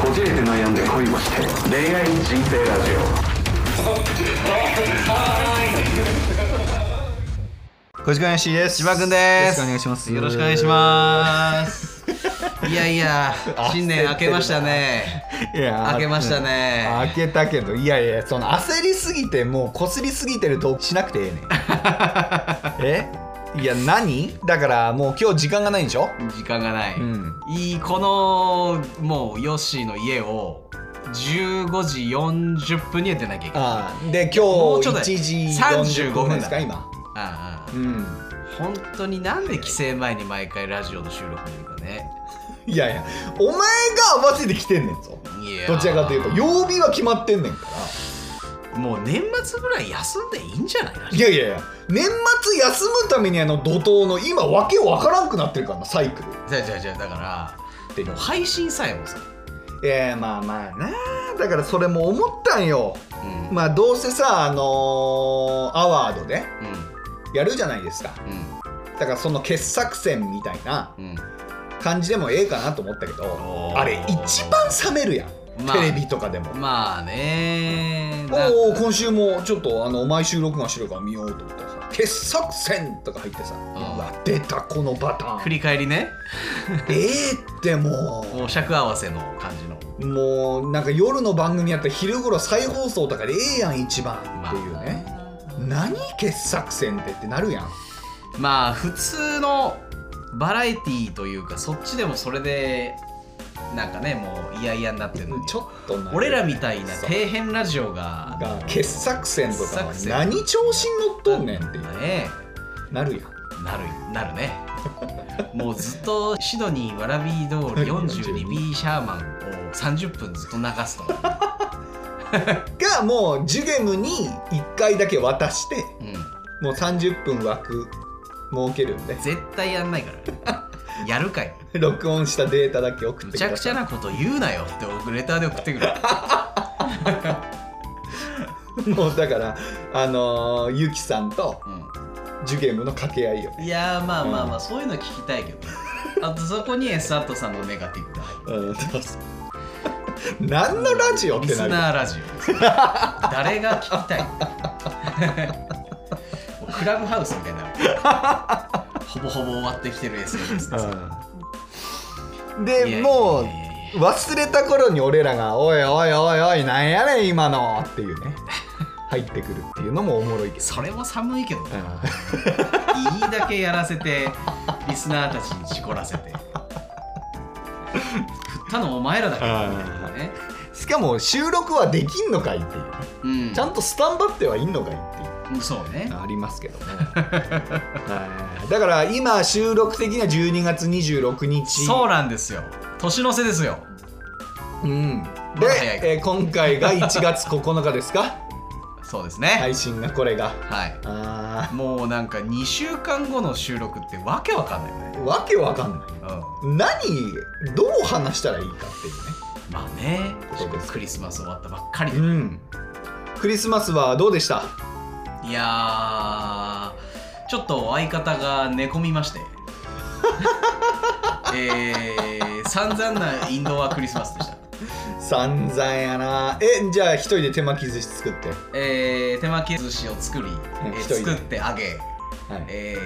こじれて悩んで恋をして恋愛人生ラジ小島よしです。千葉くんですよろしくお願いしますよろしくお願いし ますいやいや新年明けましたねいや開けましたねうん開けたけどいやいやその焦りすぎてもうこすりすぎてるとしなくて ええねんえいや何だからもう今日時間がないんでしょ時間がない、うんいいこのもうヨッシーの家を15時40分には出なきゃいけないああでもう今日ちょっとだ1時35 45分ですか今あああうんあ本当になんで帰省前に毎回ラジオの収録見るかねいやいやお前が合わせてきてんねんぞいやーどちらかというと曜日は決まってんねんかもう年末ぐらい休んでいいんじゃないらいやいやいや年末休むためにあの怒涛の今わけわからんくなってるからなサイクルじゃあじゃあじゃあだからっていうのは配信さえもさ、ええまあまあなだからそれも思ったんようんまあどうせさあのーアワードでうやるじゃないですかんだからその傑作選みたいなうん感じでもええかなと思ったけどおーあれ一番冷めるやん、まあテレビとかでもうんまあねおおなんか今週もちょっとあの毎週録画してるから見ようと思ったらさ傑作選とか入ってさうわ出たこのパタ振ーンり返りねええってもうもう尺合わせの感じのもうなんか夜の番組やったら昼頃再放送とかでええやん一番まあっていうね、何傑作選ってってなるやんまあ普通のバラエティーというかそっちでもそれでなんかねもう嫌々になってるのにちょっとな俺らみたいなそう底辺ラジオがが傑作選とかは傑作選何調子に乗っとんねんっていうねなるやんなるなるね もうずっとシドニーわらび通 り 42B シャーマンを30分ずっと流すとか、がもうジュゲムに1回だけ渡してうん、もう30分枠設けるんで絶対やんないから やるかい録音したデータだけ送っむてくちゃだくちゃさいなこと言うなよって僕レターで送ってくるもうだからあのー、ゆきさんとうんジュゲムの掛け合いよいやーまあまあまうあそういうの聞きたいけど、ね、あとそこにエスアットさんのネガティブが入るうん、 何のラジオっリてスなるナーラジオです誰が聞きたい もうクラブハウスみたいになるほぼほぼ終わってきてる SNS ですうんでもう忘れた頃に俺らが「おいおいおいおいなんやねん今の」っていう ね入ってくるっていうのもおもろいけどそれも寒いけどねういいだけやらせてリスナーたちに事故らせ て振ったのお前らだけどみたいなねんしかも収録はできんのかいっていうねうんちゃんとスタンバってはいんのかいっていうそうねありますけどね はいだから今収録的には12月26日そうなんですよ年の瀬ですようん、までだ早い、えー今回 が1月9日ですかそうですね配信がこれがはい、あもうなんか2週間後の収録ってわけわかんないよねーわけわかんないうん何どう話したらいいかっていうねまあねそうですクリスマス終わったばっかりで、うん。クリスマスはどうでしたいやーちょっと相方が寝込みま してえー、散々なインドはクリスマスでした散々やな。え、じゃあ一人で手巻き寿司作って。えー、手巻き寿司を作り、えー一人で作ってあげ、はい。え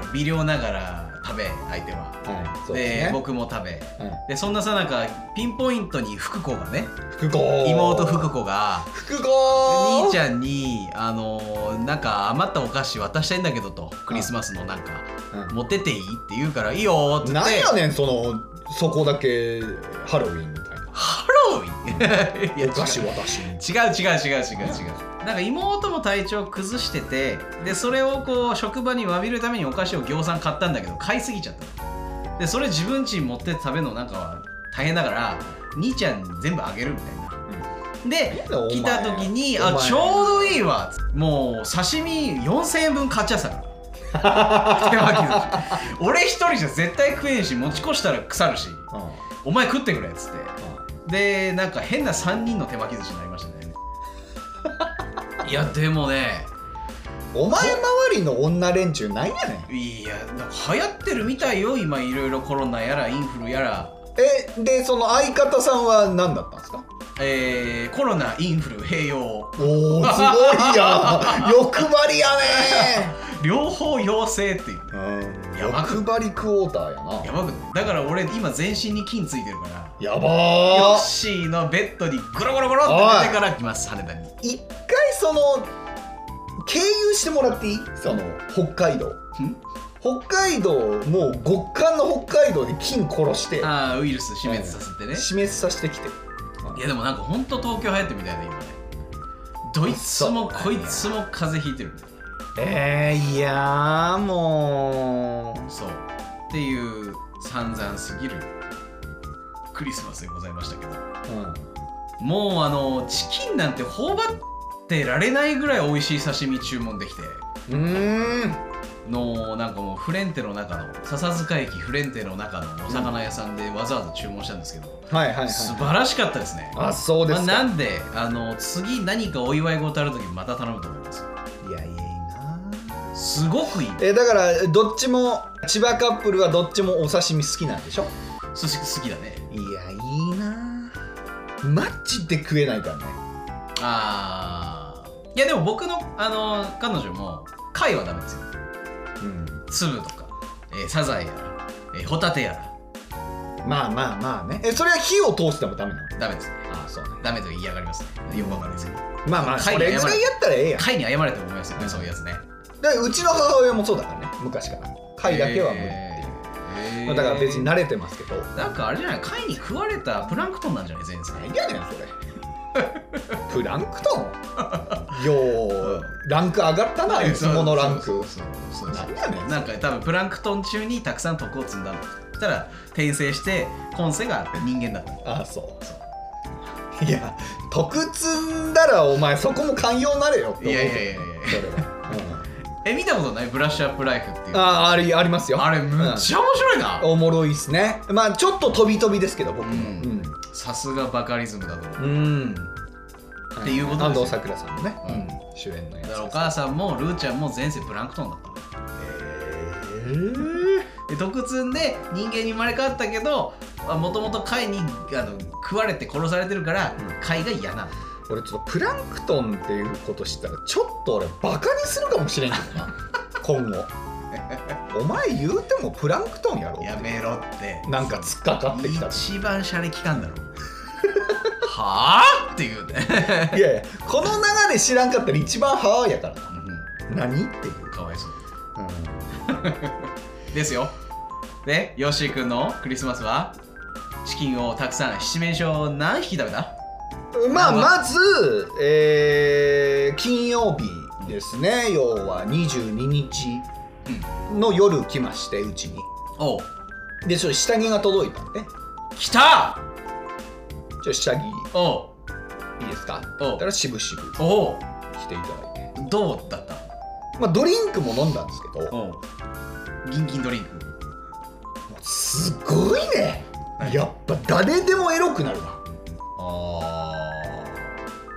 ー、微量ながら食べ相手ははい、そうで,、ですね。僕も食べはいでそんなさなかピンポイントに福子がね福子妹福子が福子兄ちゃんゃんにあのーなんか余ったお菓子渡したいんだけどとクリスマスのなんか持ってっていいって言うからいいよーって言っなんてやねん、その、そこだけハロウィンみたいな。ハロウィン いや違お菓子渡しに。う違う違う違う違う違うなんか妹も体調崩しててでそれをこう職場に詫びるためにお菓子をぎょうさん買ったんだけど買いすぎちゃったのでそれ自分家に持ってって食べるのなんか大変だから兄ちゃんに全部あげるみたいな、でなんだお前来た時に「おあ前ちょうどいいわ」もう刺身4000円分買っちゃってたから手巻き寿司 俺一人じゃ絶対食えんし持ち越したら腐るしうんうんお前食ってくれっつってでなんか変な3人の手巻き寿司になりましたねいやでもねお前周りの女連中なんやねん。いやなんか流行ってるみたいよ今いろいろコロナやらインフルやらえでその相方さんは何だったんですかえー、コロナインフル併用おおすごい やん欲張りやね両方陽性っていううんやばく欲張りクォーターやなやばくないだから俺今全身に菌ついてるからやヨばッーシーのベッドにゴロゴロゴロって出てから来ます羽田に一回その経由してもらっていいその北海道北海道もう極寒の北海道で金殺してああウイルス死滅させてね、死滅させてきていやでもなんかほんと東京流行ってるみたいな今ねどいつもこいつも風邪ひいてるみたいえー、いやーもなそうっていう散々すぎるクリスマスでございましたけどう、うん、もうあのチキンなんて頬張ってられないぐらい美味しい刺身注文できてうーんのなんかもうフレンテの中の笹塚駅フレンテの中のお魚屋さんでわざわざ注文したんですけど、はいはいはい素晴らしかったですねあそうですか、まあなんであの次何かお祝い事ある時また頼むと思いますいやいやいいなすごくいいえだからどっちも千葉カップルはどっちもお刺身好きなんでしょ寿司好きだねいやいいなマッチで食えないからねあーいやでも僕のあの彼女も貝はダメですようん粒とか、えーサザエやら、えーホタテやらまあまあまあねえそれは火を通してもダメなのダメですあそうねダメと嫌がりますねよくわかんないですけどまあまあそ貝れにぐらい謝やるったらええやん貝に謝れて思いますよねそういうやつねだからうちの母親もそうだからね昔から貝だけは無理っていう、えーまあ、だから別に慣れてますけどなんかあれじゃない貝に食われたプランクトンなんじゃない全然何やねんそれ プランクトンようランク上がったなえいつものランそクうそうそうそう何やねんなんか多分プランクトン中にたくさん徳を積んだのそしたら転生して今世が人間だったあそうそういや得積んだらお前そこも寛容なれよって思うけどいやいやいやいやそれは、、え見たことないブラッシュアップライフっていううんあありありますよあれむっちゃ面白いなうんおもろいっすねまあちょっと飛び飛びですけど僕もうんさすがバカリズムだと思ううん、うんっていうことですよ安藤サクラさんのね、うんうん主演のやつだからお母さんもルーちゃんも前世プランクトンだったのえーで毒積んで人間に生まれ変わったけどもともと貝にあの食われて殺されてるからうん貝が嫌なの俺ちょっとプランクトンっていうこと知ったらちょっと俺バカにするかもしれんけど な今後お前言うてもプランクトンやろやめろってなんか突っかかってきた一番シャレきかんだろ はあっていうねいやいやこの流れ知らんかったら一番ハワイやからな何っていう、かわいそうですよでヨッシーくんのクリスマスはチキンをたくさん七面鳥を何匹食べたまあまあまず、えー金曜日ですね要は22日の夜来ましてうちにおうでちょっと下着が届いたんでちょ来たっと下着おういいですかおだからしぶしぶおう着ていただいてどうだったまあ、ドリンクも飲んだんですけど、もうおうギンギンドリンクすごいねやっぱ誰でもエロくなるわあ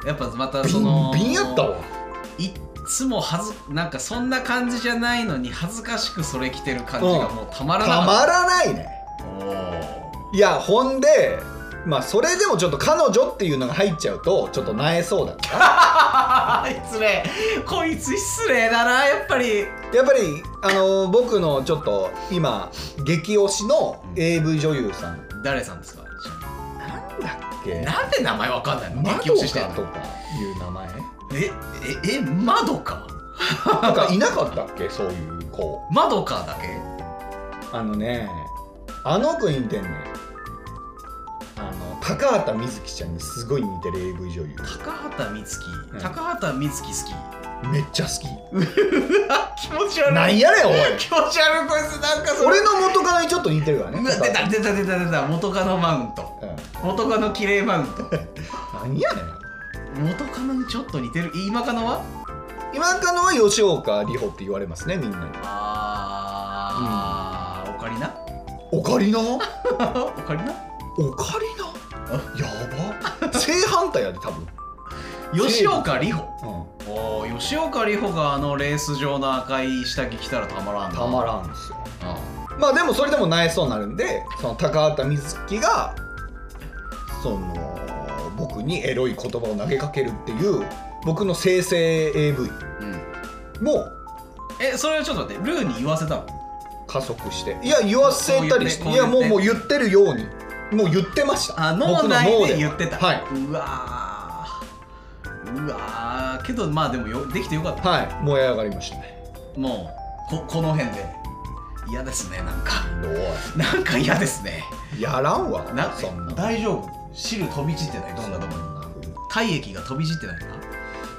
ーやっぱまたビそのンビンやったわいっつもはずなんかそんな感じじゃないのに恥ずかしくそれ着てる感じがうんもうたまらなたかっまらないねた、おーいやほんでまあそれでもちょっと彼女っていうのが入っちゃうとちょっとなえそうだかあー 失礼こいつ失礼だなやっぱりらやっぱりあのー僕のちょっと今激推しの AV 女優さん誰さんですかなんだっけなんで名前わかんないのマ激ド推カししてんとのかいう名前えええマドカなんかいなかったっけそういう子マドカだけあのねあの子似てんねあの高畑瑞希ちゃんにすごい似てる AV 女優高畑充希、うん高畑充希 好めっちゃ好きうわ気持ちき悪いなんやねんおい 気持ち悪いこいつなんかそれ俺の元カノにちょっと似てるからねうわ出た出た出た出た元カノマウントう元カノ綺麗マウントん、何やねん元カノにちょっと似てる今カノは今カノは吉岡里帆って言われますねみんなにあー、オカリナオカリナオカオカリナリナやば 正反対やで多分、吉岡里帆うおー吉岡里帆があのレース場の赤い下着着たらたまらんん、なたまらんですようまあでもそれでもなえそうになるんでその高畑充希がその僕にエロい言葉を投げかけるっていう僕の生成 AV うんもえそれをちょっと待ってルーに言わせたの加速していや言わせたりしてこうい言やってもこうう言ってもう言ってるようにもう言ってましたあ僕脳の内はで言ってたはいうわーうわーけどまあでもよできてよかったはい燃え上がりましたねもうここの辺で嫌ですねなんかおなんか嫌ですねいやらんわなそんな大丈夫汁飛び散ってないどんなとこにも体液が飛び散ってないか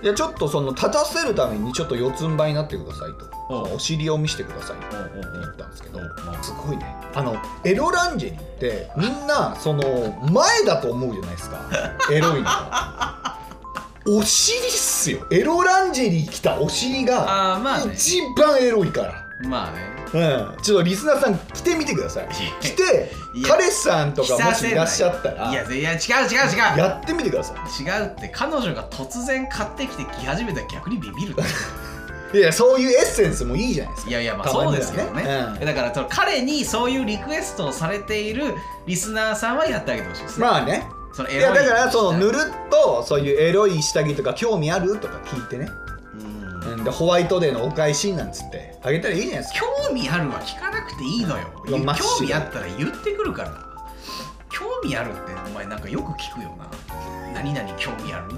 いやちょっとその立たせるためにちょっと四つん這いになってくださいとそうんのお尻を見せてくださいとおうおうって言ったんですけどうんうんすごいねあのエロランジェリーってみんなその前だと思うじゃないですか エロいのお尻っすよエロランジェリー着たお尻がああまあね一番エロいから。まあねうん、ちょっとリスナーさん来てみてください来ていや彼氏さんとかも久しせいらっしゃったらいややいや違う違う違うってみてくださ違うって彼女が突然買ってきて着始めたら逆にビビ るっていいやそういうエッセンスもいいじゃないですかいやいやまあたまそうにはですけどねうんだからその彼にそういうリクエストをされているリスナーさんはやってあげてほしいですね、まあねそのいエやロいだからそのぬるっとそういうエロい下着とか興味あるとか聞いてね、うんうん、でホワイトデーのお返しなんつってあげたらいいじゃないですか興味あるは聞かなくていいのよいやマッシュ興味あったら言ってくるから興味あるってお前なんかよく聞くよな何々興味あるっ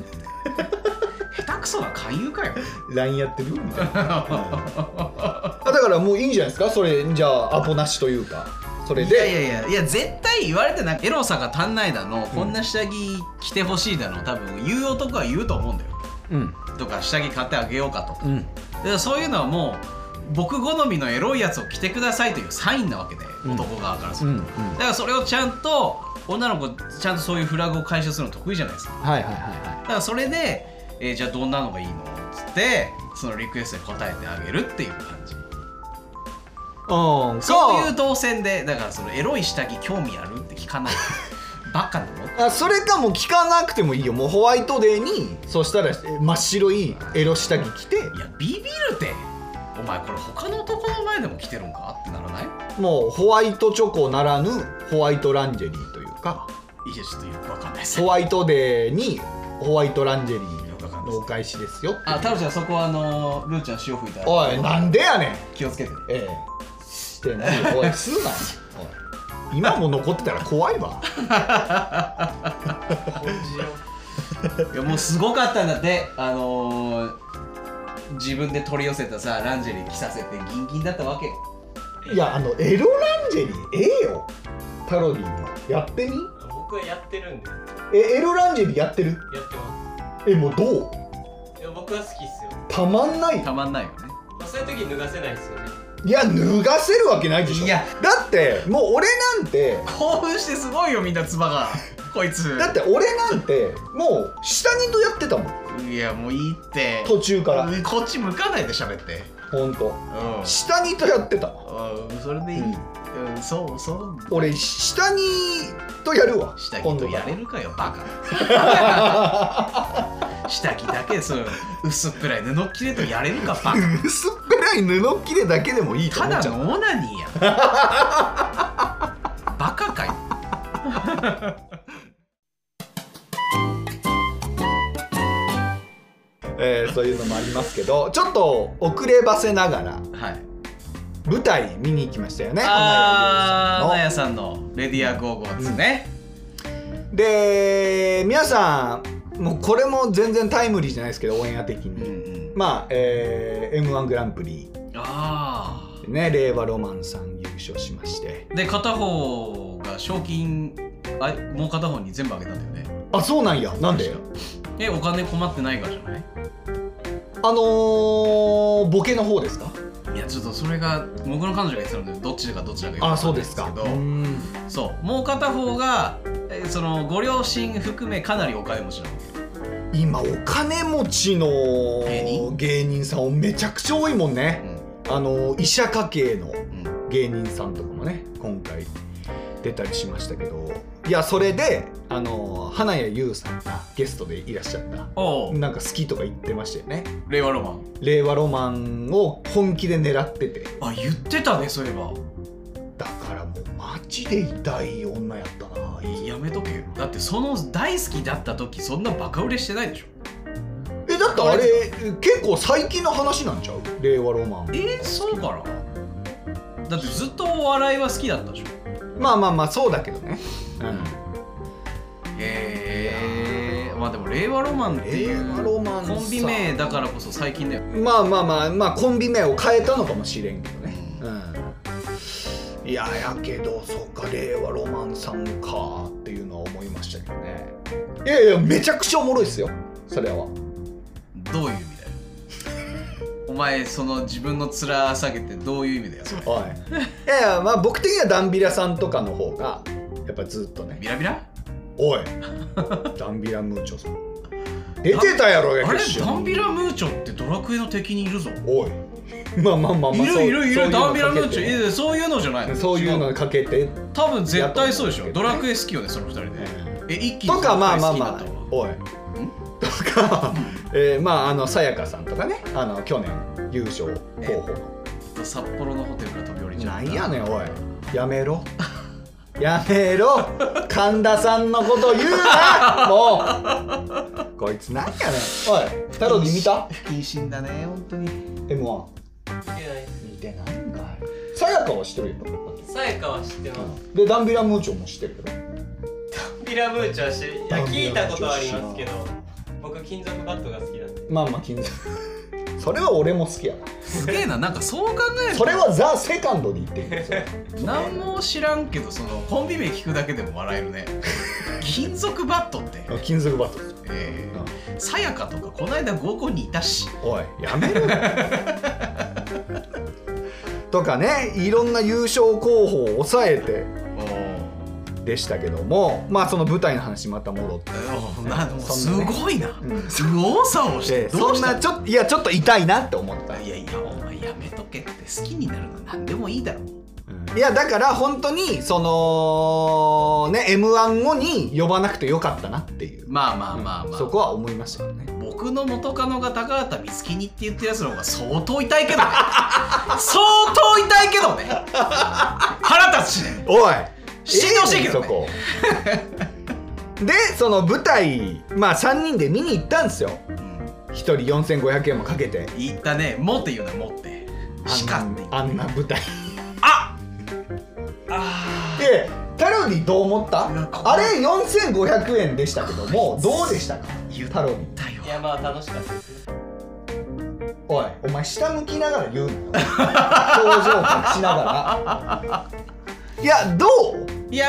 て下手くそな勧誘かよ LINE やってるみたいなあだからもういいんじゃないですかそれじゃあアポなしというかそれいでやいやいやいや絶対言われてなんかエロさが足んないだの、こんな下着着てほしいだの多分言う男は言うと思うんだようんとか下着買ってあげようかとかうんでそういうのはもう僕好みのエロいやつを着てくださいというサインなわけで、ん男側からすうるんと、うんだからそれをちゃんと女の子ちゃんとそういうフラグを回収するの得意じゃないですかはいはいはいはだからそれで、えーじゃあどんなのがいいのっつってそのリクエストに答えてあげるっていう感じいうんそういう動線でだからそのエロい下着興味あるって聞かない バカなのあそれかもう聞かなくてもいいよもうホワイトデーにそしたらえ真っ白いエロ下着着ていやビビるてお前これ他の男の前でも着てるんかってならないもうホワイトチョコならぬホワイトランジェリーというかいやちょっとよくわかんないですホワイトデーにホワイトランジェリーのお返しですよあ、タロちゃん、そこはあのー、ルーちゃん塩吹いたら。おいなんでやねん気をつけてね。ええしてないおいすなよおい今も残ってたら怖いわいや、もうすごかったんだって、あのー、自分で取り寄せたさ、ランジェリー着させてギンギンだったわけよ。いやあのエロランジェリーええよタロディのやってみ僕はやってるんでやえエロランジェリーやってるってまえもうどうすいや僕は好きっすよ、たまんないよたまんないよね。まあ、そういう時脱がせないっすよねいや脱がせるわけないでしょいやだってもう俺なんて興奮してすごいよ、みんな、つば が。こいつ。だって俺なんてもう下着とやってたもんいや、もういいって。途中からこっち向かないで喋って。ほんとうん。うん下着とやってたそれでいい。ううん、そう、そう。俺下着とやるわ下着とやれるかよ バカ下着だけそう薄っぺらい布切れとやれるか バカ薄っぺらい布切れだけでもいいとた思っだちゃうのオナニーやんバカかいえーそういうのもありますけどちょっと遅ればせながらはい舞台見に行きましたよねあー花花屋良屋さんのレディア55ですね、さんので皆さんもうこれも全然タイムリーじゃないですけどオンエア的うんうに、んまあ、え m 1グランプリああね令和ロマンさん優勝しましてで片方が賞金あもう片方に全部あげたんだよねあそうなんやなんでえお金困ってないからじゃないあのー、ボケの方ですかいやちょっとそれが僕の彼女が言ってたのでどっちがどっちだかよくあわかんそうないでんすかけどうーんそうもう片方がえーそのご両親含めかなりお金持ちなの今お金持ちの芸人芸人さんをめちゃくちゃ多いもんね、あのー医者家系のうんうん芸人さんとかもね今回出たりしましたけどいやそれであのー花谷優さんがゲストでいらっしゃったおうなんか好きとか言ってましたよね令和ロマン令和ロマンを本気で狙っててあ言ってたねそういえばだからもうマジで痛い女やったなあいつやめとけよだってその大好きだった時そんなバカ売れしてないでしょえだってあれ結構最近の話なんちゃう令和ロマンえー、そうかなだってずっとお笑いは好きだったでしょまあまあまあそうだけどねうんへえまあでも令和ロマンっていう令和ロマンさコンビ名だからこそ最近だよまあまあまあまあコンビ名を変えたのかもしれんけどね、うん、いややけどそっか令和ロマンさんかっていうのは思いましたけどねいやいやめちゃくちゃおもろいっすよそれ はどういう意味だよお前その自分の面下げてどういう意味だよそれはいいやいやまあ僕的にはダンビラさんとかの方がやっぱずっとねビラビラ おいダンビラムーチョさん出てたやろやあれ決勝ダンビラムーチョってドラクエの敵にいるぞおい まあまあまあいまあそうるいるいそううるのダンビラムーかけチてョいやそういうのじゃないのそういうのかけて多分絶対そうでしょやっドたんだラけどねクエ好きよねその二人ねえ一気にとかまあまあま好きあになったわおいとか、えーまああのさやかさんとかねあの去年優勝候補の札幌のホテルから飛び降りちゃなったんやねんおいやめろやめろ神田さんのこと言うなもうこいつなんやねんおいタロディ見た不謹慎だね本当に M1 いやいや見てないんかいさやかは知ってるよさやかは知ってますでダンビラムーチョも知ってるけどビラムーチョは知るいやダンビ聞ラムーチいたョことはありますけど僕金属バットが好きなんでまあまあ金属それは俺も好きやなすげえななんかそう考えるそとれはザ・セカンドに言ってるんですよ何も知らんけどそのコンビ名聞くだけでも笑えるね金属バットって 金属バットですえーさやかとかこの間合コンにいたしおいやめろよ とかねいろんな優勝候補を抑えてでしたけどもまあその舞台の話また戻って。おなもうすそんなねごいなうん右往左往してでどそうんしたなちょっといやちょっと痛いなって思った、いやいやお前やめとけって好きになるの何でもいいだろいやだから本当にそのね m 1後に呼ばなくてよかったなっていう、まあまあまあまあ、そこは思いましたよね僕の元カノが高畑充希にって言ってるやつの方が相当痛いけど ね相当痛いけどね腹立つしねおい死んでほしいけどね そこでその舞台まあ3人で見に行ったんですよ1人4500円もかけて言ったね「も」って言うな「も」って「しか」って言ったあんな舞台ああでタロディどう思ったうわこあれ4500円でしたけど もどうでしたか言ったタロディだよいやまあ楽しかったですねおいお前下向きながら言うなよ表情隠しなが らいやどういや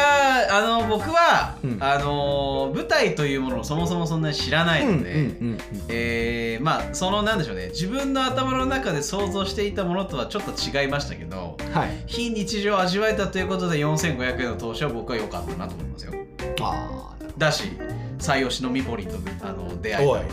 ーあの僕は、うんあのー舞台というものをそもそもそんなに知らないので、えーまあそのなんでしょうね自分の頭の中で想像していたものとはちょっと違いましたけどはい非日常を味わえたということで4500円の投資は僕は良かったなと思いますよあだし最推しのミポリンとあの出あ会いおい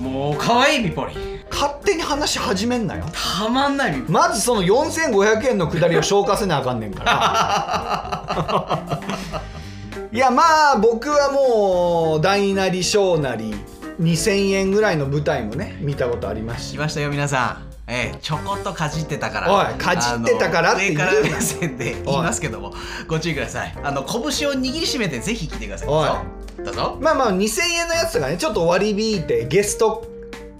もう可愛いミポリン勝手に話し始めんなよたまんないミポリンまずその4500円の下りを消化せなあかんねんから いやまあ僕はもう大なり小なり2000円ぐらいの舞台もね見たことあります来しましたよ皆さんええ、ちょこっとかじってたからおいかじってたからって言うなあの上から目線で言いますけどもご注意くださいあの拳を握りしめてぜひ来てくださいおいどうぞどうぞまあまあ2000円のやつとかねちょっと割り引いてゲスト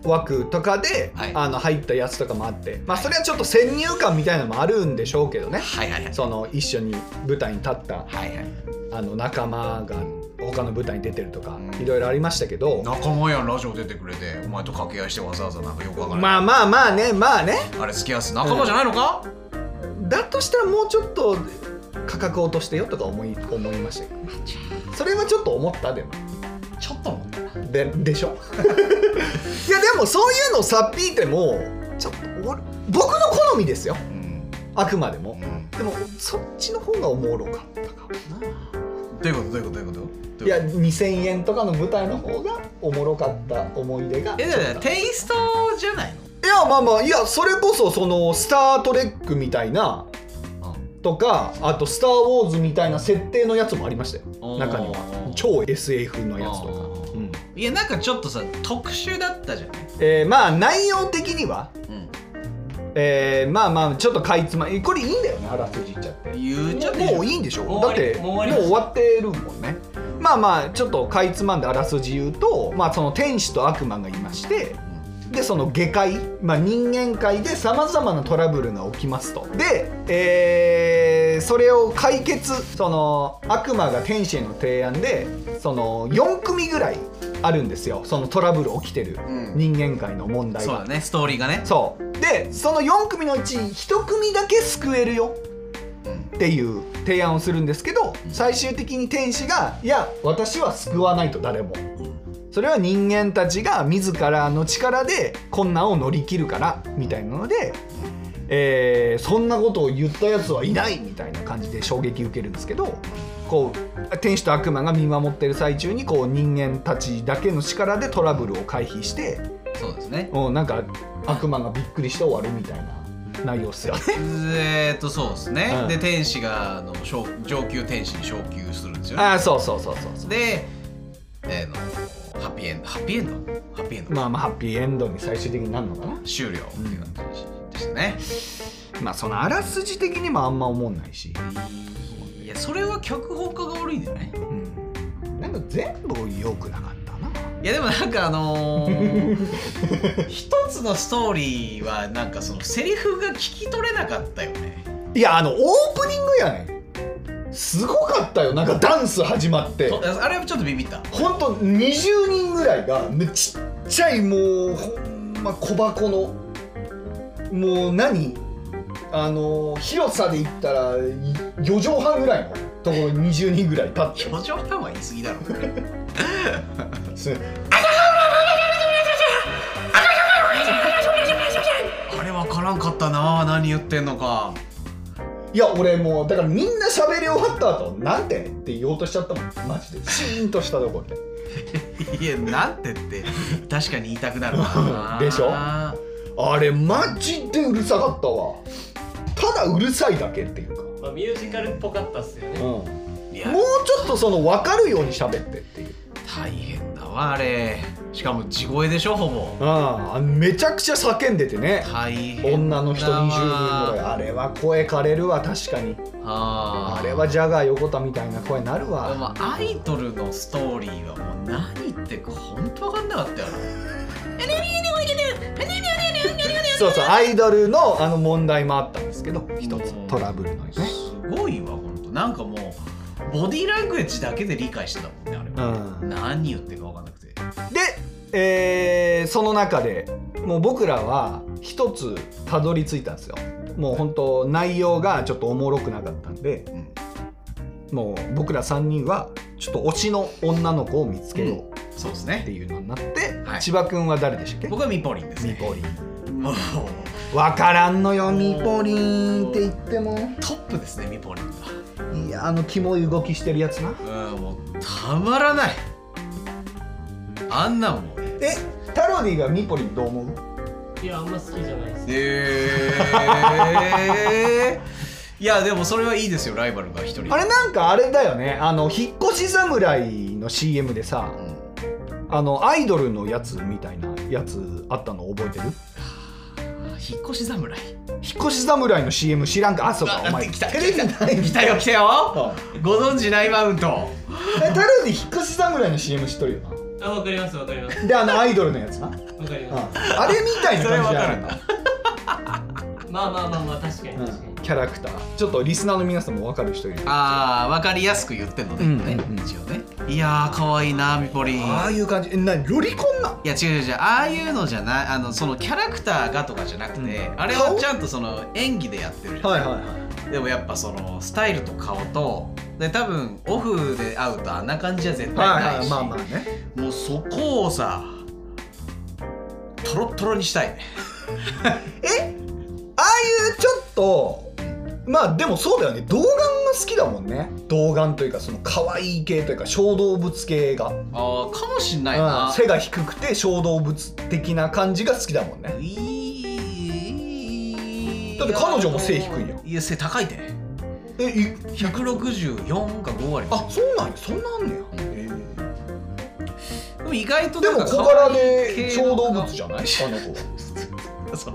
枠とかで、はいあの入ったやつとかもあってまあそれはちょっと先入観みたいなのもあるんでしょうけどねはいはいはいその一緒に舞台に立ったはいはいあの仲間が他の舞台に出てるとかうんいろいろありましたけど、仲間やんラジオ出てくれてお前と掛け合いしてわざわざなんかよくわからない、まあまあまあねまあねあれ付き合わす仲間じゃないのか、だとしたらもうちょっと価格落としてよとか思い思いましたけどねそれはちょっと思ったでもちょっと思ったででしょ いやでもそういうのをさっぴいてもちょっと俺僕の好みですようんあくまでもうんでもそっちの方がおもろかったかもなどういうことどういうことどういうこといや2000円とかの舞台の方がおもろかった思い出がえだからテイストじゃないいやまあまあいやそれこそその「スター・トレック」みたいなの、とかあと「スター・ウォーズ」みたいな設定のやつもありましたおーよ中には超 SF のやつとかお、ーうんいやなんかちょっとさ特殊だったじゃない、えーまあ内容的にはうんえー、まあまあちょっとかいつまこれいいんだよねあらすじ言っちゃって言っちゃってもうもういいんでしょもうだっ終わてりももうう終終わりわってるもんねまあまあちょっとかいつまんであらすじ言うと、まあ、その天使と悪魔がいましてでその下界、まあ、人間界でさまざまなトラブルが起きますとで、えーそれを解決その悪魔が天使への提案でその4組ぐらいあるんですよそのトラブル起きてるうん人間界の問題そうがだ、ねストーリーがねそうでその4組のうち1組だけ救えるようんっていう提案をするんですけど最終的に天使が「いや私は救わないと誰も」それは人間たちが自らの力で困難を乗り切るからみたいなので、えーそんなことを言ったやつはいないみたいな感じで衝撃受けるんですけどこう天使と悪魔が見守ってる最中にこう人間たちだけの力でトラブルを回避してそうですねもうなんか悪魔がびっくりして終わるみたいな内容っすよね。えーっとそうですね、うんで天使があの昇上級天使に昇級するんですよね ああそうそうそうそうそうで、えーのハッピーエンドハッピーエンドハッピーエンド、まあまあハッピーエンドに最終的になるのかな終了っていう感じでしたね、まあそのあらすじ的にもあんま思んないし、いやそれは脚本家が悪いんだよねうん、なんか全部よくなかったないやでもなんかあのー、 一つのストーリーはなんかそのセリフが聞き取れなかったよねいやあのオープニングやねんすごかったよなんかダンス始まってとあれはちょっとビビったほんと20人ぐらいがめちっちゃいもうほんま小箱のもう何あの広さで言ったら4畳半ぐらいのところに20人ぐらい立って表情感は言い過ぎだろすあれ分からんかったな何言ってんのかいや俺もうだからみんな喋り終わった後なんてって言おうとしちゃったもんマジでシーンとしたところでいやなんてって確かに言いたくなるなでしょああれマジでうるさかったわただうるさいだけっていうか、まあ、ミュージカルっぽかったっすよね。もうーいちやょっとその分かるように喋ってっていう大変だわあれしかも地声でしょほぼああめちゃくちゃ叫んでてね大変だ女わの人20人ぐらいあれは声枯れるわ確かにああーれはジャガー横田みたいな声なるでもわアイドルのストーリーはもう何言ってるか本当わかんなかったよそうそうアイドルのあの問題もあったんですけど一つトラブルのねすごいわ本当なんかもうボディーラングエッジだけで理解してたもんねあれは、うん何言ってるかわかんなくてで、えーその中でもう僕らは一つたどり着いたんですよもう本当内容がちょっとおもろくなかったんでうんもう僕ら3人はちょっと推しの女の子を見つけよそうですうっねていうのになって、はい千葉くんは誰でしたっけ僕はミポリンですミねポリンもう分からんのよミポリンって言ってもトップですねミポリンいやあのキモい動きしてるやつながうんもうたまらないあんなんもうねえタロディがミポリンどう思ういや、あんま好きじゃないです。え ー、いやでもそれはいいですよライバルが一人あれなんかあれだよねあの引っ越し侍の CM でさ、うんあのアイドルのやつみたいなやつあったの覚えてる引っ越し侍引っ越し侍の CM 知らんかあそうかお前来たテレビない 来たよ来たよご存知ないマウントえタルディ引っ越し侍の CM 知っとるよあ、わかります、わかります。なであのアイドルのやつな、うんわかりまあれみたいな感じじゃないのす。まあまあまあまあ、確かに確かうにん。キャラクターちょっとリスナーの皆さんも分かる人いるああ分かりやすく言ってんのね,、うんねうん一応ねいやーかわいいなミポリンいああいう感じえなにロリコンなんや違う違う違うああいうのじゃないあのそのキャラクターがとかじゃなくて、うんあれはちゃんとその演技でやってるじゃん、いはいはいでもやっぱそのスタイルと顔とで多分オフで会うとあんな感じは絶対はいないはいし、まあまあねもうそこをさトロットロにしたいねえああいうちょっとまあでもそうだよね童顔が好きだもんね童顔というかその可愛い系というか小動物系がああかもしんないな、うん背が低くて小動物的な感じが好きだもんねいだって彼女も背低いやんいや背高いでえい164か5割あそうなんやそんなんあんねやでも意外とでなんもか小柄可で愛い系小の動物じゃないあの子はそう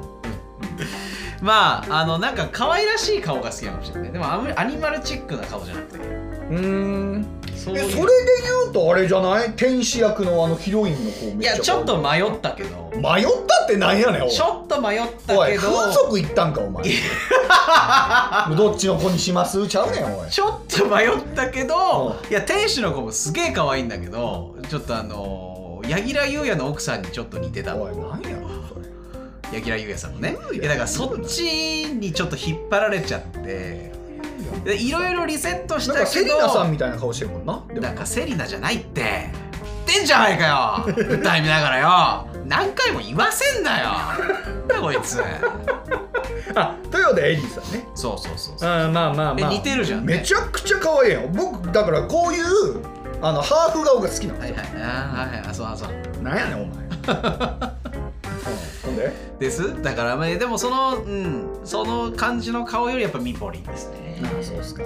まああのなんか可愛らしい顔が好きかもしれないでもあんまりアニマルチックな顔じゃなくてうんそえうそいれうで言うとあれじゃない天使役のあのヒロインの方めいっちゃやちょっと迷ったけど迷ったってなんやねんおいちょっと迷ったおけいど風俗行ったんかお 前どっちの子にしますちゃうねんおいちょっと迷ったけどういや天使の子もすげえ可愛いんだけどちょっとあの柳楽優弥の奥さんにちょっと似てたおいなんやそれ柳楽優弥さんもねうんいやだからそっちにちょっと引っ張られちゃってでいろいろリセットしなたけんどかセリナさんみたいな顔してるもんなでもなんかセリナじゃないって言ってんじゃないか よ歌い見ながらよ何回も言わせんなよなんだこいつあということでエリーさんねそうそうそうそううんまあまあえ似てるじゃんねめちゃくちゃ可愛いやん僕だからこういうあのハーフ顔が好きなのはいはいあーはいはいあそうあそうなんやねんお 前うんほんでですだからまあでもそのうんその感じの顔よりやっぱミポリンですねああそうっすか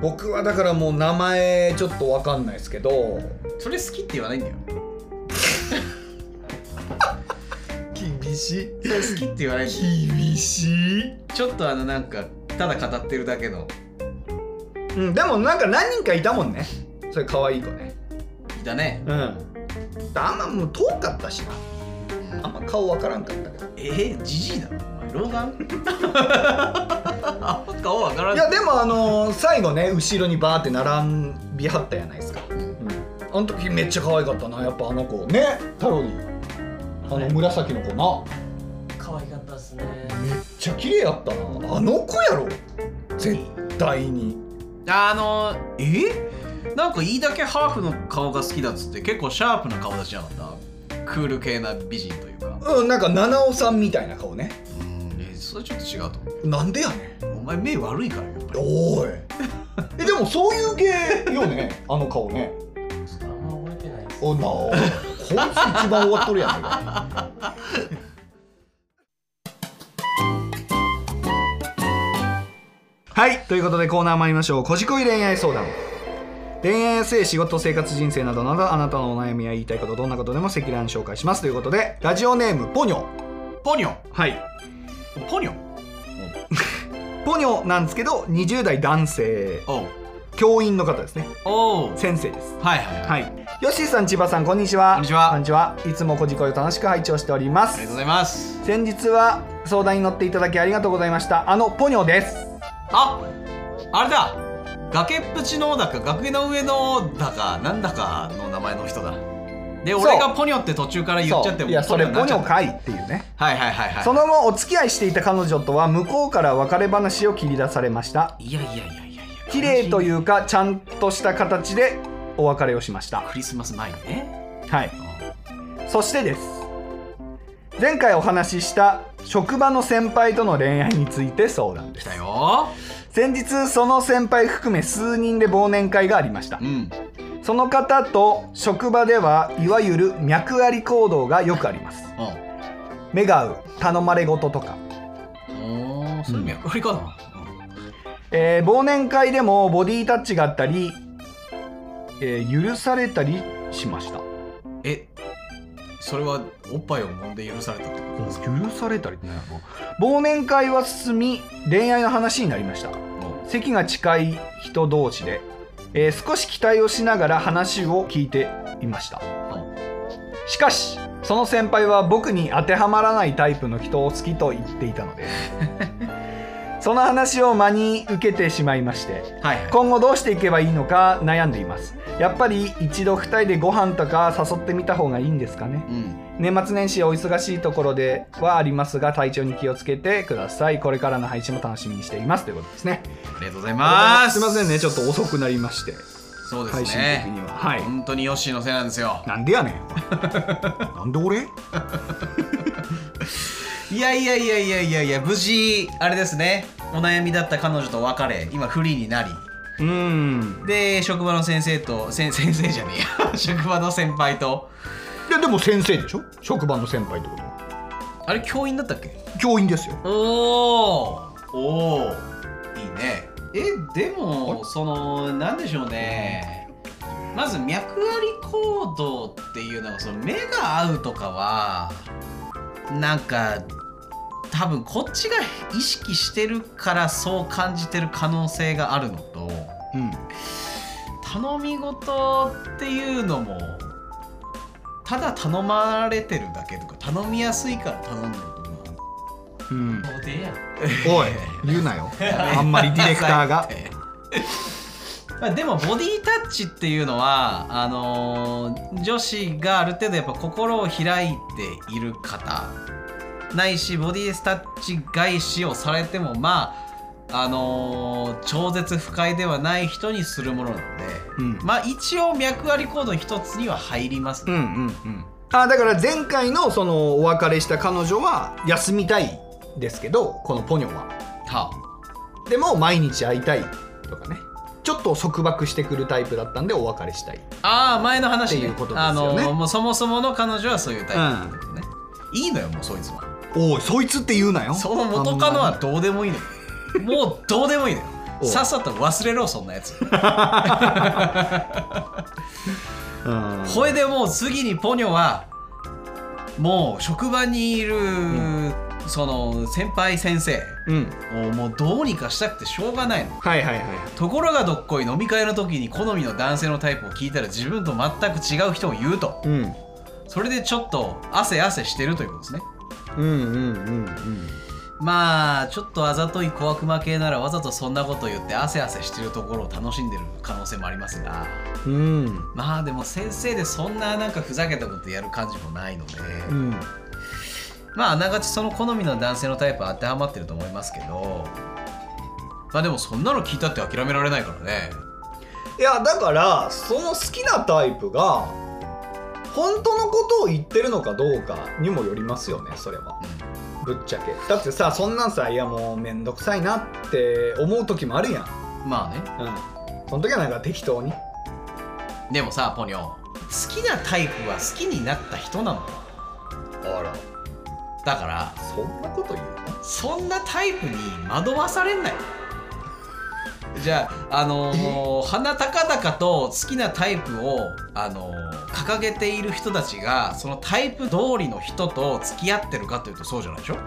僕はだからもう名前ちょっとわかんないですけどそれ好きって言わないんだよ 厳しそれ好きって言わないんだよい厳しいちょっとあのなんかただ語ってるだけのうんでもなんか何人かいたもんねそれ可愛い子ねだねうんあんまもう遠かったしなあんま顔わからんかったけどえー、ジジイなのお前老眼あ 顔わからんいやでもあのー最後ね後ろにバーって並びはったやないですか、うん、あの時めっちゃ可愛かったなやっぱあの子ねタロリーあの紫の子な可愛かったっすねめっちゃ綺麗やったなあの子やろ絶対にあのえなんかいいだけハーフの顔が好きだっつって結構シャープな顔立ちじゃなかったクール系な美人というかうんなんか七尾さんみたいな顔ねうんえそれちょっと違うと思なんでやねんうお前目悪いからやっぱりおいえでもそういう系よねあの顔ねちょっとあんま覚えてないですおなおいこいつ一番終わっとるやないかはいということでコーナー参りましょう「こじこい恋愛相談」恋愛や性仕事生活人生などなどあなたのお悩みや言いたいことどんなことでも赤裸々に紹介しますということでラジオネームポニョポニョはいポニョポニョなんですけど20代男性おう教員の方ですねおう先生ですはいはいはい、はいヨッシーさん千葉さんこんにちはこんにちはこんにちはいつもこじこいを楽しく拝聴しておりまあすりがとうございます先日は相談に乗っていただきありがとうございましたあのポニョですああれだ崖っぷちのだか崖の上のだかなんだかの名前の人だでそう俺がポニョって途中から言っちゃってそうもいやそれポニョかかいっていうねはいはいはいはいその後お付き合いしていた彼女とは向こうから別れ話を切り出されましたいやいやいやいやいや綺麗といううかちゃんとした形でお別れをしましたクリスマス前にねはいそしてです前回お話しした職場の先輩との恋愛について相談で来すたよ先日その先輩含め数人で忘年会がありましたうんその方と職場ではいわゆる脈あり行動がよくあります目が合う頼まれ事とか、うんおーそういう脈割りかな、えー忘年会でもボディタッチがあったり、えー許されたりしましたうんえそれはおっぱいを揉んで許されたってことですか許されたりって忘年会は進み恋愛の話になりました席が近い人同士で、えー少し期待をしながら話を聞いていましたしかしその先輩は僕に当てはまらないタイプの人を好きと言っていたのです その話を真に受けてしまいましてはいはい今後どうしていけばいいのか悩んでいますやっぱり一度2人でご飯とか誘ってみた方がいいんですかねうん年末年始お忙しいところではありますが体調に気をつけてくださいこれからの配信も楽しみにしていますということですねありがとうございますすいませんねちょっと遅くなりましてそうですね配信的にははい本当にヨッシーのせいなんですよなんでやね んなんで俺いやいやいやいやいやいや無事あれですねお悩みだった彼女と別れ今フリーになりうんで職場の先生と先先生じゃねえや 職場の先輩といやでも先生でしょ職場の先輩ってことはあれ教員だったっけ教員ですよおーおおいいねえでもそのなんでしょうねまず脈あり行動っていうのがその目が合うとかはなんか多分こっちが意識してるからそう感じてる可能性があるのとうん頼み事っていうのもただ頼まれてるだけとか頼みやすいから頼んでると思ううんおでやん。おい言うな よあんまりディレクタ ーが まあでもボディタッチっていうのはあのー女子がある程度やっぱ心を開いている方ないしボディタッチ返しをされてもまああのー超絶不快ではない人にするものなので、うんまあ一応脈あり行動の一つには入ります、うんうんうんあだから前回のそのお別れした彼女は休みたいですけどこのポニョははでも毎日会いたいとかねちょっと束縛してくるタイプだったんでお別れしたいああー前の話ねっていうことですよねあのーもうそもそもの彼女はそういうタイプだったんだよね、いいのよもうそいつは。おいそいつって言うなよその元カノはどうでもいいのよもうどうでもいいのよおうさっさと忘れろそんなやつあんまりうんこれでもう次にポニョはもう職場にいる、その先輩先生うんをもうどうにかしたくてしょうがないのはいはいはいところがどっこい飲み会の時に好みの男性のタイプを聞いたら自分と全く違う人を言うとうんそれでちょっと汗汗してるということですねうんうんうんうんまあちょっとあざとい小悪魔系ならわざとそんなこと言って汗汗してるところを楽しんでる可能性もありますがうんまあでも先生でそんななんかふざけたことやる感じもないので、うんまああながちその好みの男性のタイプは当てはまってると思いますけどまあでもそんなの聞いたって諦められないからねいやだからその好きなタイプが本当のことを言ってるのかどうかにもよりますよねそれはぶっちゃけだってさそんなんさいやもうめんどくさいなって思う時もあるやんまあねうんその時はなんか適当にでもさポニョ好きなタイプは好きになった人なのよあらだからそんなこと言うそんなタイプに惑わされないじゃあ、あのー、鼻高々と好きなタイプを、あのー掲げている人たちがそのタイプ通りの人と付き合ってるかというとそうじゃないでしょの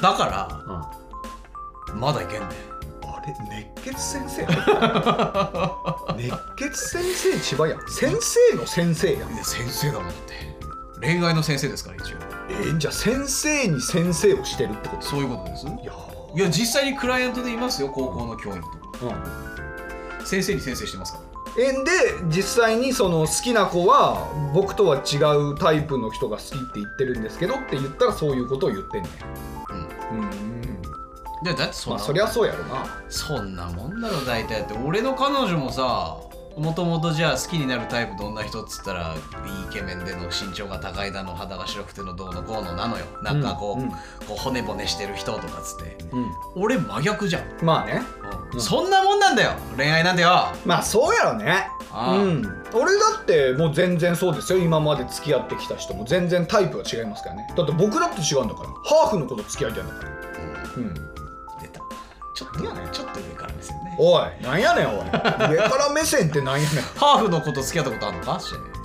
だかうん、うん、あらまだいけんねれ熱血先 生熱血先生千葉やん先生の先生やんいや先生だもんだって恋愛の先生ですから一応えーじゃあ先生に先生をしてるってことそういうことですいやいや実際にクライアントでいますよ高校の教員とかーうん先生に先生してますからえんで実際にその好きな子は僕とは違うタイプの人が好きって言ってるんですけどって言ったらそういうことを言ってんねんうんうんいやだってそんまあなそりゃそうやろなそんなもんだろ大体って俺の彼女もさもともとじゃあ好きになるタイプどんな人っつったらイケメンでの身長が高いだの肌が白くてのどうのこうのなのよなんかこう,、うんうんこう骨骨してる人とかっつってうん俺真逆じゃん、まあねうんそんなもんなんだよ恋愛なんだよまあそうやろねああうん俺だってもう全然そうですよ今まで付き合ってきた人も全然タイプが違いますからねだって僕だって違うんだからハーフの子と付き合いたいんだからうん出たちょっとちょっと上からですよねおいなんやねんおい上から目線ってなんやねんハーフの子と付き合ったことあるのか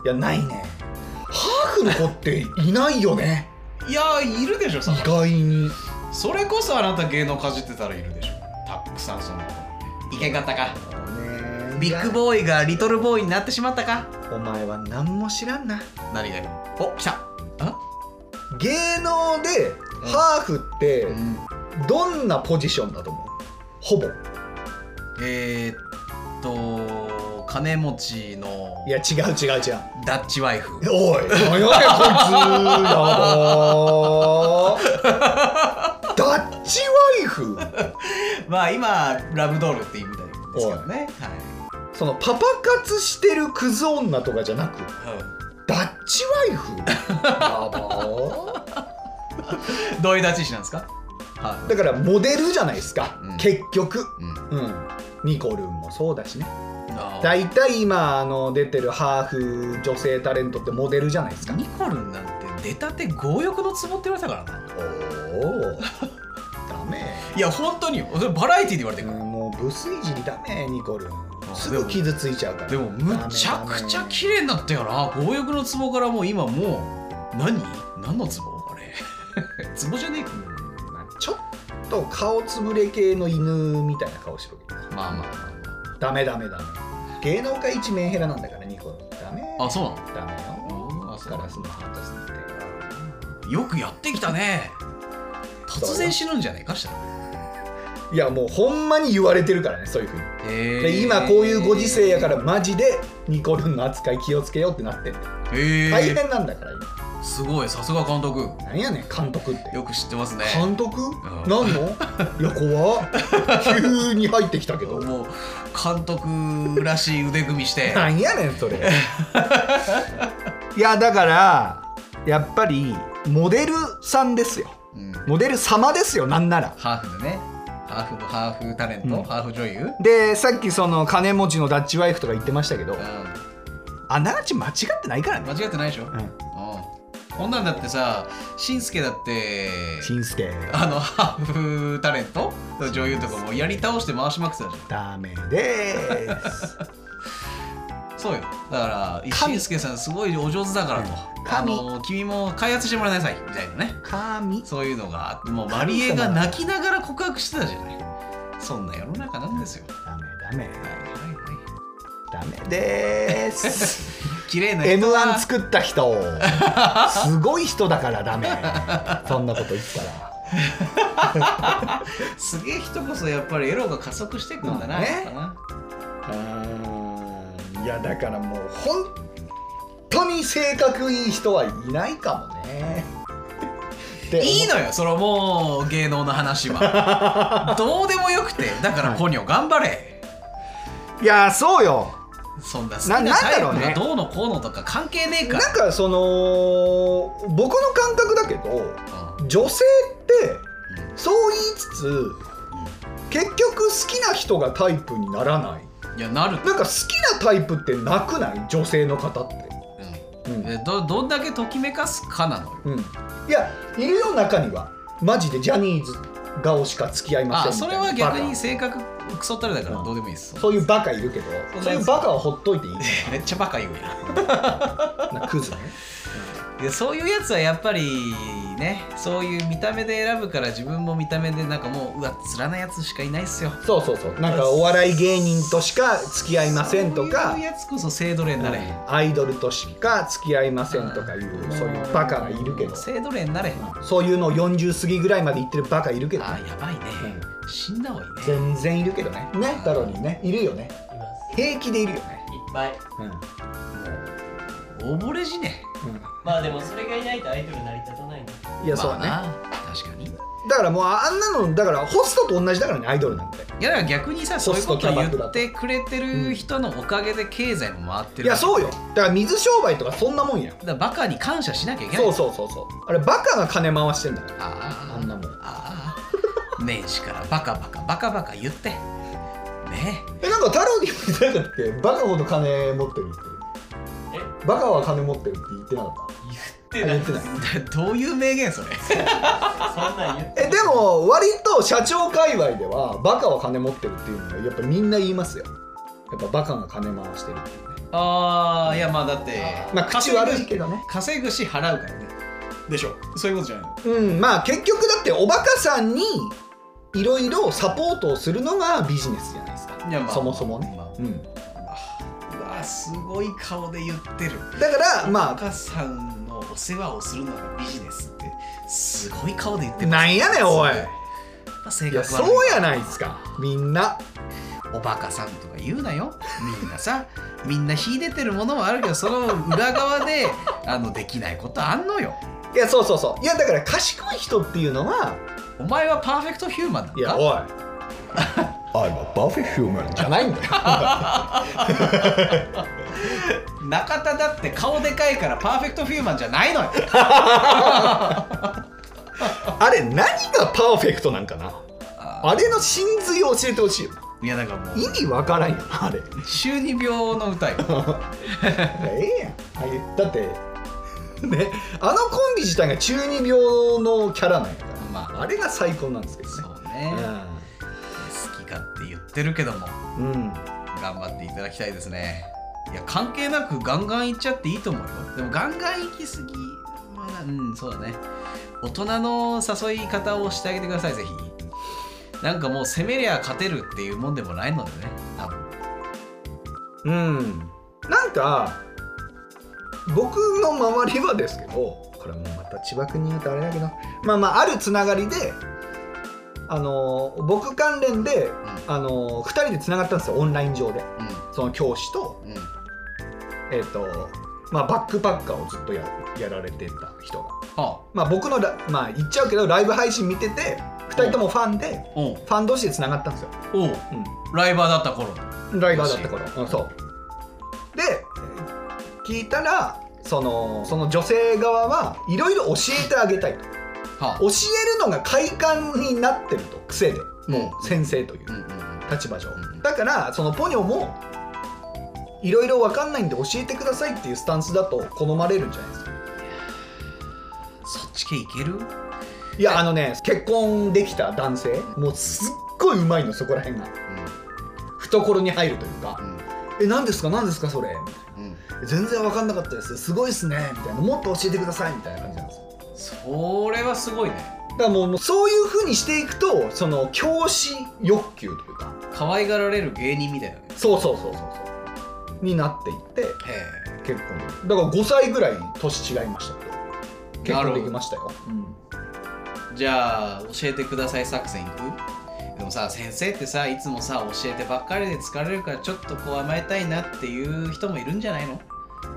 いやないねハーフの子っていないよねいやいるでしょさ意外にそれこそあなた芸能かじってたらいるでしょたくさんそのイケ方かビッグボーイがリトルボーイになってしまったかお前は何も知らんな何がよお来たあ、芸能でハーフってん、どんなポジションだと思うほぼえー、っと金持ちのいや違う違う違うダッチワイフおい何やねんこいつやばーダッチワイフまあ今ラブドールって言うみたいですけどねそのパパ活してるクズ女とかじゃなくはい、ダッチワイフやばーうん、どういう立ち位置なんですかはだからモデルじゃないですか、うん結局い、うん、うんニコルンもそうだしねあー大体今あの出てるハーフ女性タレントってモデルじゃないですかニコルンなんて出たて強欲のツボって言われてたからなお おダメいや本当によそれバラエティーで言われてうんるから、もうブスいじりダメニコルンあすぐ傷ついちゃうからでもむちゃくちゃ綺麗になったよな強欲 のツボからもう今もう何何のツボあれツボじゃねえかちょっと顔つぶれ系の犬みたいな顔してるわけですまあまあまダメダメダメ芸能界一メンヘラなんだからニコダメああそうなダメうんよあそうガラスのハートスの手がのよくやってきたね突然死ぬんじゃねえかしたらいやもうほんまに言われてるからねそういうふうにへで今こういうご時世やからマジでニコルンの扱い気をつけようってなってんだよへ大え変なんだから今すごいさすが監督なんやねん監督ってよく知ってますね監督ん なんのいや怖っ急に入ってきたけどもう監督らしい腕組みしてなんやねんそれいやだからやっぱりモデルさんですようんモデル様ですよなんならハーフでねハーフのハーフタレント、うんハーフ女優、うん、でさっきその金持ちのダッチワイフとか言ってましたけどあながち間違ってないからね間違ってないでしょ、うん、こんなんだってさしんすけだってしんすけあのハーフタレントの女優とかもやり倒して回しまくってたじゃんダメですそうよだからし神んすけさんすごいお上手だからと、あ神の君も開発してもらいなさいみたいなね神そういうのがもうマリエが泣きながら告白してたじゃないそんな世の中なんですよ、ダメダメはいはいはいダメです 綺麗な人 m は1作った人すごい人だからダメそんなこと言ったらすげえ人こそやっぱりエロが加速していくんだな、まあねやっぱないやだからもう本当に性格いい人はいないかもねいいのよそれはもう芸能の話は どうでもよくてだからポニョ頑張れいやそうよそんな好きなななんだタイろうねプがどうのこうのとか関係ねえかならんかその僕の感覚だけど女性ってそう言いつつ結局好きな人がタイプにならないうんいやなるなんか好きなタイプってなくない女性の方ってうんうんえどどんだけときめかすかなのようんいやいるよ中にはマジでジャニーズ顔しか付き合いませんあみそたいれなは逆にバ性格クソったれだからうんどうでもいいですカそういうバカいるけどそんなやつそういうバカはほっといていいめっちゃバカ言うやなクズねんでそういうやつはやっぱりねそういう見た目で選ぶから自分も見た目でなんかもううわつらなやつしかいないっすよそうそうそうなんかお笑い芸人としか付き合いませんとかそういうやつこそ性奴隷になれ、アイドルとしか付き合いませんとかいうそういうバカがいるけど性奴隷になれ、そういうのを40過ぎぐらいまで言ってるバカいるけどあねーやばいね、死んだ方がいいね全然いるけどねねだろうにねいるよねいます平気でいるよねいっぱいうん、うん、溺れ死ねまあでもそれがいないとアイドル成り立たないんだいやそうね、まあな確かにいだからもうあんなのだからホストと同じだからねアイドルなんてやだから逆にさホそういうスこトと言キャバっクてくれてる人のおかげで経済も回ってるいやうそうよだから水商売とかそんなもんやだからバカに感謝しなきゃいけないそうそうそうそうあれバカが金回してんだからあーあんなもんああ年始からバカバカバカバカ言ってねえなんか太郎に言ってなかったっけバカほど金持ってるってえバカは金持ってるって言ってなかっ言た言ってなっいてないえだ どういう名言それそんなん言ってえでも割と社長界隈ではバカは金持ってるっていうのはやっぱみんな言いますよやっぱバカが金回してるっていうねああいやまあだってまあ口悪いけどね稼ぐし払うからねでしょそういうことじゃないのうんまあ結局だっておバカさんにいろいろサポートをするのがビジネスじゃないですかいやまあそもそもね、まあうん、うわすごい顔で言ってるだからおま母さんのお世話をするのがビジネスってすごい顔で言ってあますなんやねんおいやっぱ性いや格悪そうやないですかみんなおバカさんとか言うなよみんなさみんな秀でてるものはあるけどその裏側 であのできないことあんのよいやそうそうそういやだから賢い人っていうのはお前はパーフェクトヒューマンなのいやか おい I'm a perfect human じゃないん だよ中田だって顔でかいからパーフェクトヒューマンじゃないのよあれ何がパーフェクトなんかなああれの真髄を教えてほしいよいやだからもう意味わからんよなあれ中二病の歌よ いやええやんああいうだってねあのコンビ自体が中二病のキャラなんやから、まああ、れが最高なんですけどねそうね好き勝手言ってるけどもうん、うん頑張っていただきたいですねいや関係なくガンガンいっちゃっていいと思うよでもガンガン行き過ぎまなうんそうだね大人の誘い方をしてあげてくださいぜひなんかもう攻めりゃ勝てるっていうもんでもないのでね多分うんなんか僕の周りはですけどこれもまた千葉君に言うとあれだけどまあまああるつながりであの僕関連で、あの2人でつながったんですよオンライン上でその教師と,、うんうんえーとまあ、バックパッカーをずっとややられてた人が、はまあ、僕のラまあ、言っちゃうけどライブ配信見てて2人ともファンであおうファン同士でつながったんですよ、おううん、ライバーだった頃ライバーだった頃、うん、そうで聞いたらそのその女性側はいろいろ教えてあげたいとはあ教えるのが快感になってると癖でうんもう先生といううんううんうん立場上うんだからそのポニョもいろいろ分かんないんで教えてくださいっていうスタンスだと好まれるんじゃないですかそっち系いけるいやあのね結婚できた男性もうすっごいうまいのそこら辺が懐に入るというかうん「え何ですか何ですかそれ」みたいなうんうん全然分かんなかったですすごいっすねみたいなもっと教えてくださいみたいな感じなんですよそれはすごいねだからもうもうそういうふうにしていくとその教師欲求というか可愛がられる芸人みたいだねそうそうそうそうそうになっていってへ結婚だから5歳ぐらい年違いましたけど結なるほ婚どできましたよ、うんえじゃあ教えてください作戦いくでもさ先生ってさいつもさ教えてばっかりで疲れるからちょっとこう甘えたいなっていう人もいるんじゃないの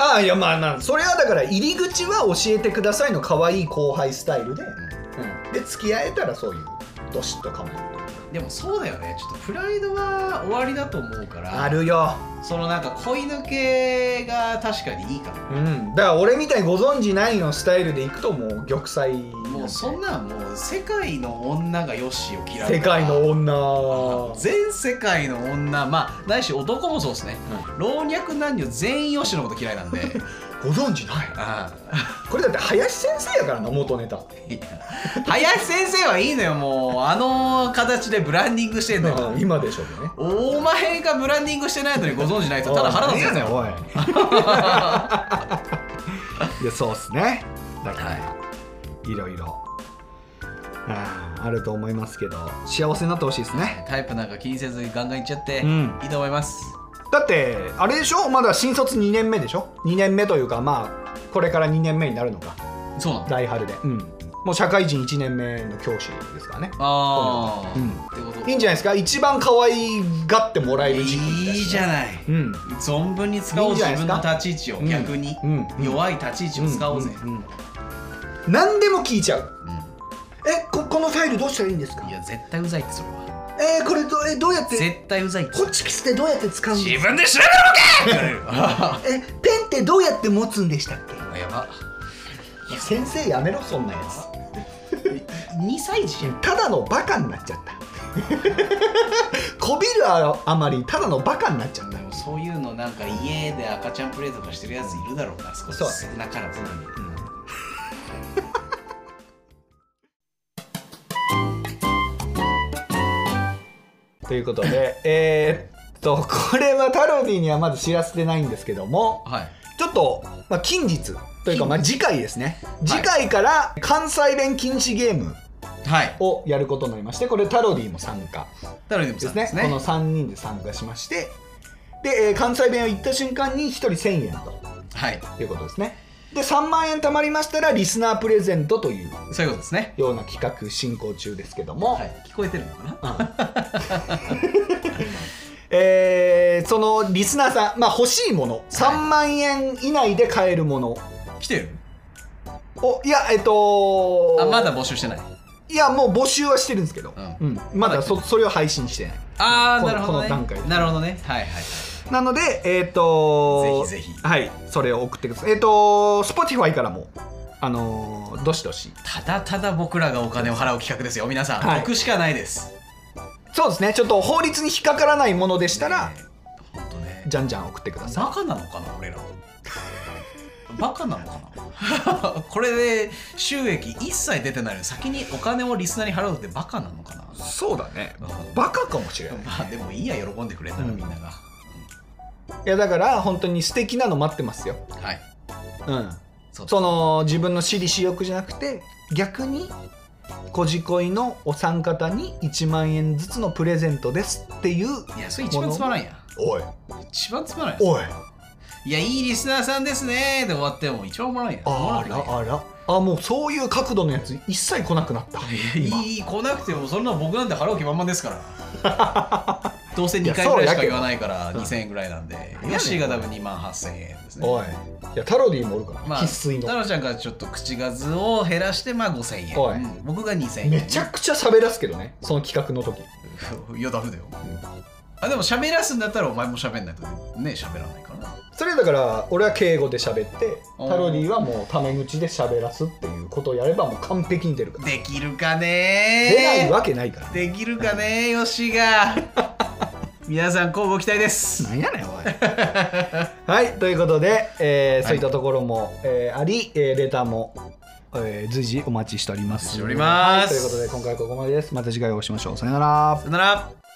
ああいやまあまあそれはだから入り口は教えてくださいの可愛い後輩スタイルで、うんで付き合えたらそういうどしっと構えるというかでもそうだよねちょっとプライドは終わりだと思うからあるよそのなんか恋抜けが確かにいいかもうん、だから俺みたいにご存じないのスタイルでいくともう玉砕もうそんなんもう世界の女がヨッシーを嫌う世界のあ女全世界の女まあないし男もそうですね、老若男女全員吉のこと嫌いなん でご存じないあこれだって林先生やからな元ネタあいや林先生はいいのよもうあの形でブランディングしてんのようん今でしょうねお前がブランディングしてないのにご存じないとただ腹立つやつだよおいいや そうっすねだから、い、ろいろあーあると思いますけど幸せになってほしいで すねタイプなんか気にせずガンガンいっちゃって、うんいいと思いますだってあれでしょまだ新卒2年目でしょ2年目というかまあこれから2年目になるのかそうなんだ来春で、もう社会人1年目の教師ですからねああ、うんってこといいんじゃないですか一番可愛がってもらえる時期いいじゃいないうん存分に使おういいんじゃな自いです分のか立ち位置を逆に、うんうん弱い立ち位置を使おうぜ、んん何でも聞いちゃううんえここのファイルどうしたらいいんですかいや絶対うざいってそれはえーこれどえどうやっ絶対うざいってホチキスってどうやって使うん自す分で調べろかえペンってどうやって持つんでしたっけやば先生やめろそんなやつ2歳児じゃんただのバカになっちゃった こびるああまりただのバカになっちゃったでもそういうのなんか家で赤ちゃんプレイとかしてるやついるだろうな少しそう少なからずなんでということ でえーっとこれはタロディにはまず知らせてないんですけどもはいちょっと、まあ、近日というか、まあ、次回ですねい次回から関西弁禁止ゲームはいをやることになりましてこれタロディも参加タロリムでさすんでねすねこの3人で参加しましてで、えー関西弁を言った瞬間に1人1000円とはいいうことですねで3万円貯まりましたらリスナープレゼントというそういうことですねような企画進行中ですけども、はい聞こえてるのかなえーそのリスナーさん、まあ、欲しいもの3万円以内で買えるもの来てるをいやえっとあまだ募集してないいやもう募集はしてるんですけど、ううんまだそそれを配信してないああこのなるほどねこの段階でなるほどねはいはいなのでえっ、とぜひぜひはいそれを送ってくださいえっ、と Spotify からもあのーどしどしただただ僕らがお金を払う企画ですよ皆さん、はい僕しかないですそうですねちょっと法律に引っかからないものでしたら、本当ねじゃんじゃん送ってくださいバカなのかな俺らバカなのかな これで収益一切出てないのに先にお金をリスナーに払うってバカなのかなそうだねうんバカかもしれないまあでもいいや喜んでくれたらうんみんなが、いやだから本当に素敵なの待ってますよはいうんそうその自分の私利私欲じゃなくて逆にこじこいのお三方に1万円ずつのプレゼントですっていういやそれ一番つまらんやおい一番つまらんやおいいやいいリスナーさんですねで終わっても一番おもろいやんおもろあくないやんらあらあもうそういう角度のやつ一切来なくなったい今やいい来なくてもそんな僕なんて払う気満々ですから どうせ2回ぐらいしか言わないからそうやけど2000円ぐらいなんでうんヨッシーが多分2万8000円ですねおいいやタロディもおるから、まあ、必須太の郎ちゃんがちょっと口数を減らしてまあ5000円、おいうん僕が2000円めちゃくちゃ喋らすけどねその企画の時いやダ メだよ、あでも喋らすんだったらお前も喋んないとね喋らないからなそれだから俺は敬語で喋っておータロディはもうタメ口で喋らすっていうことをやればもう完璧に出るからできるか出ないねわけないからできるかねよしが皆さんこうご期待ですなんやねんおい はいということで、えーそういったところも、えーあり、えーレターも、えー随時お待ちしておりまおす待ちしておりますはいということで今回はここまでですまた次回お会いしましょうさよならさよなら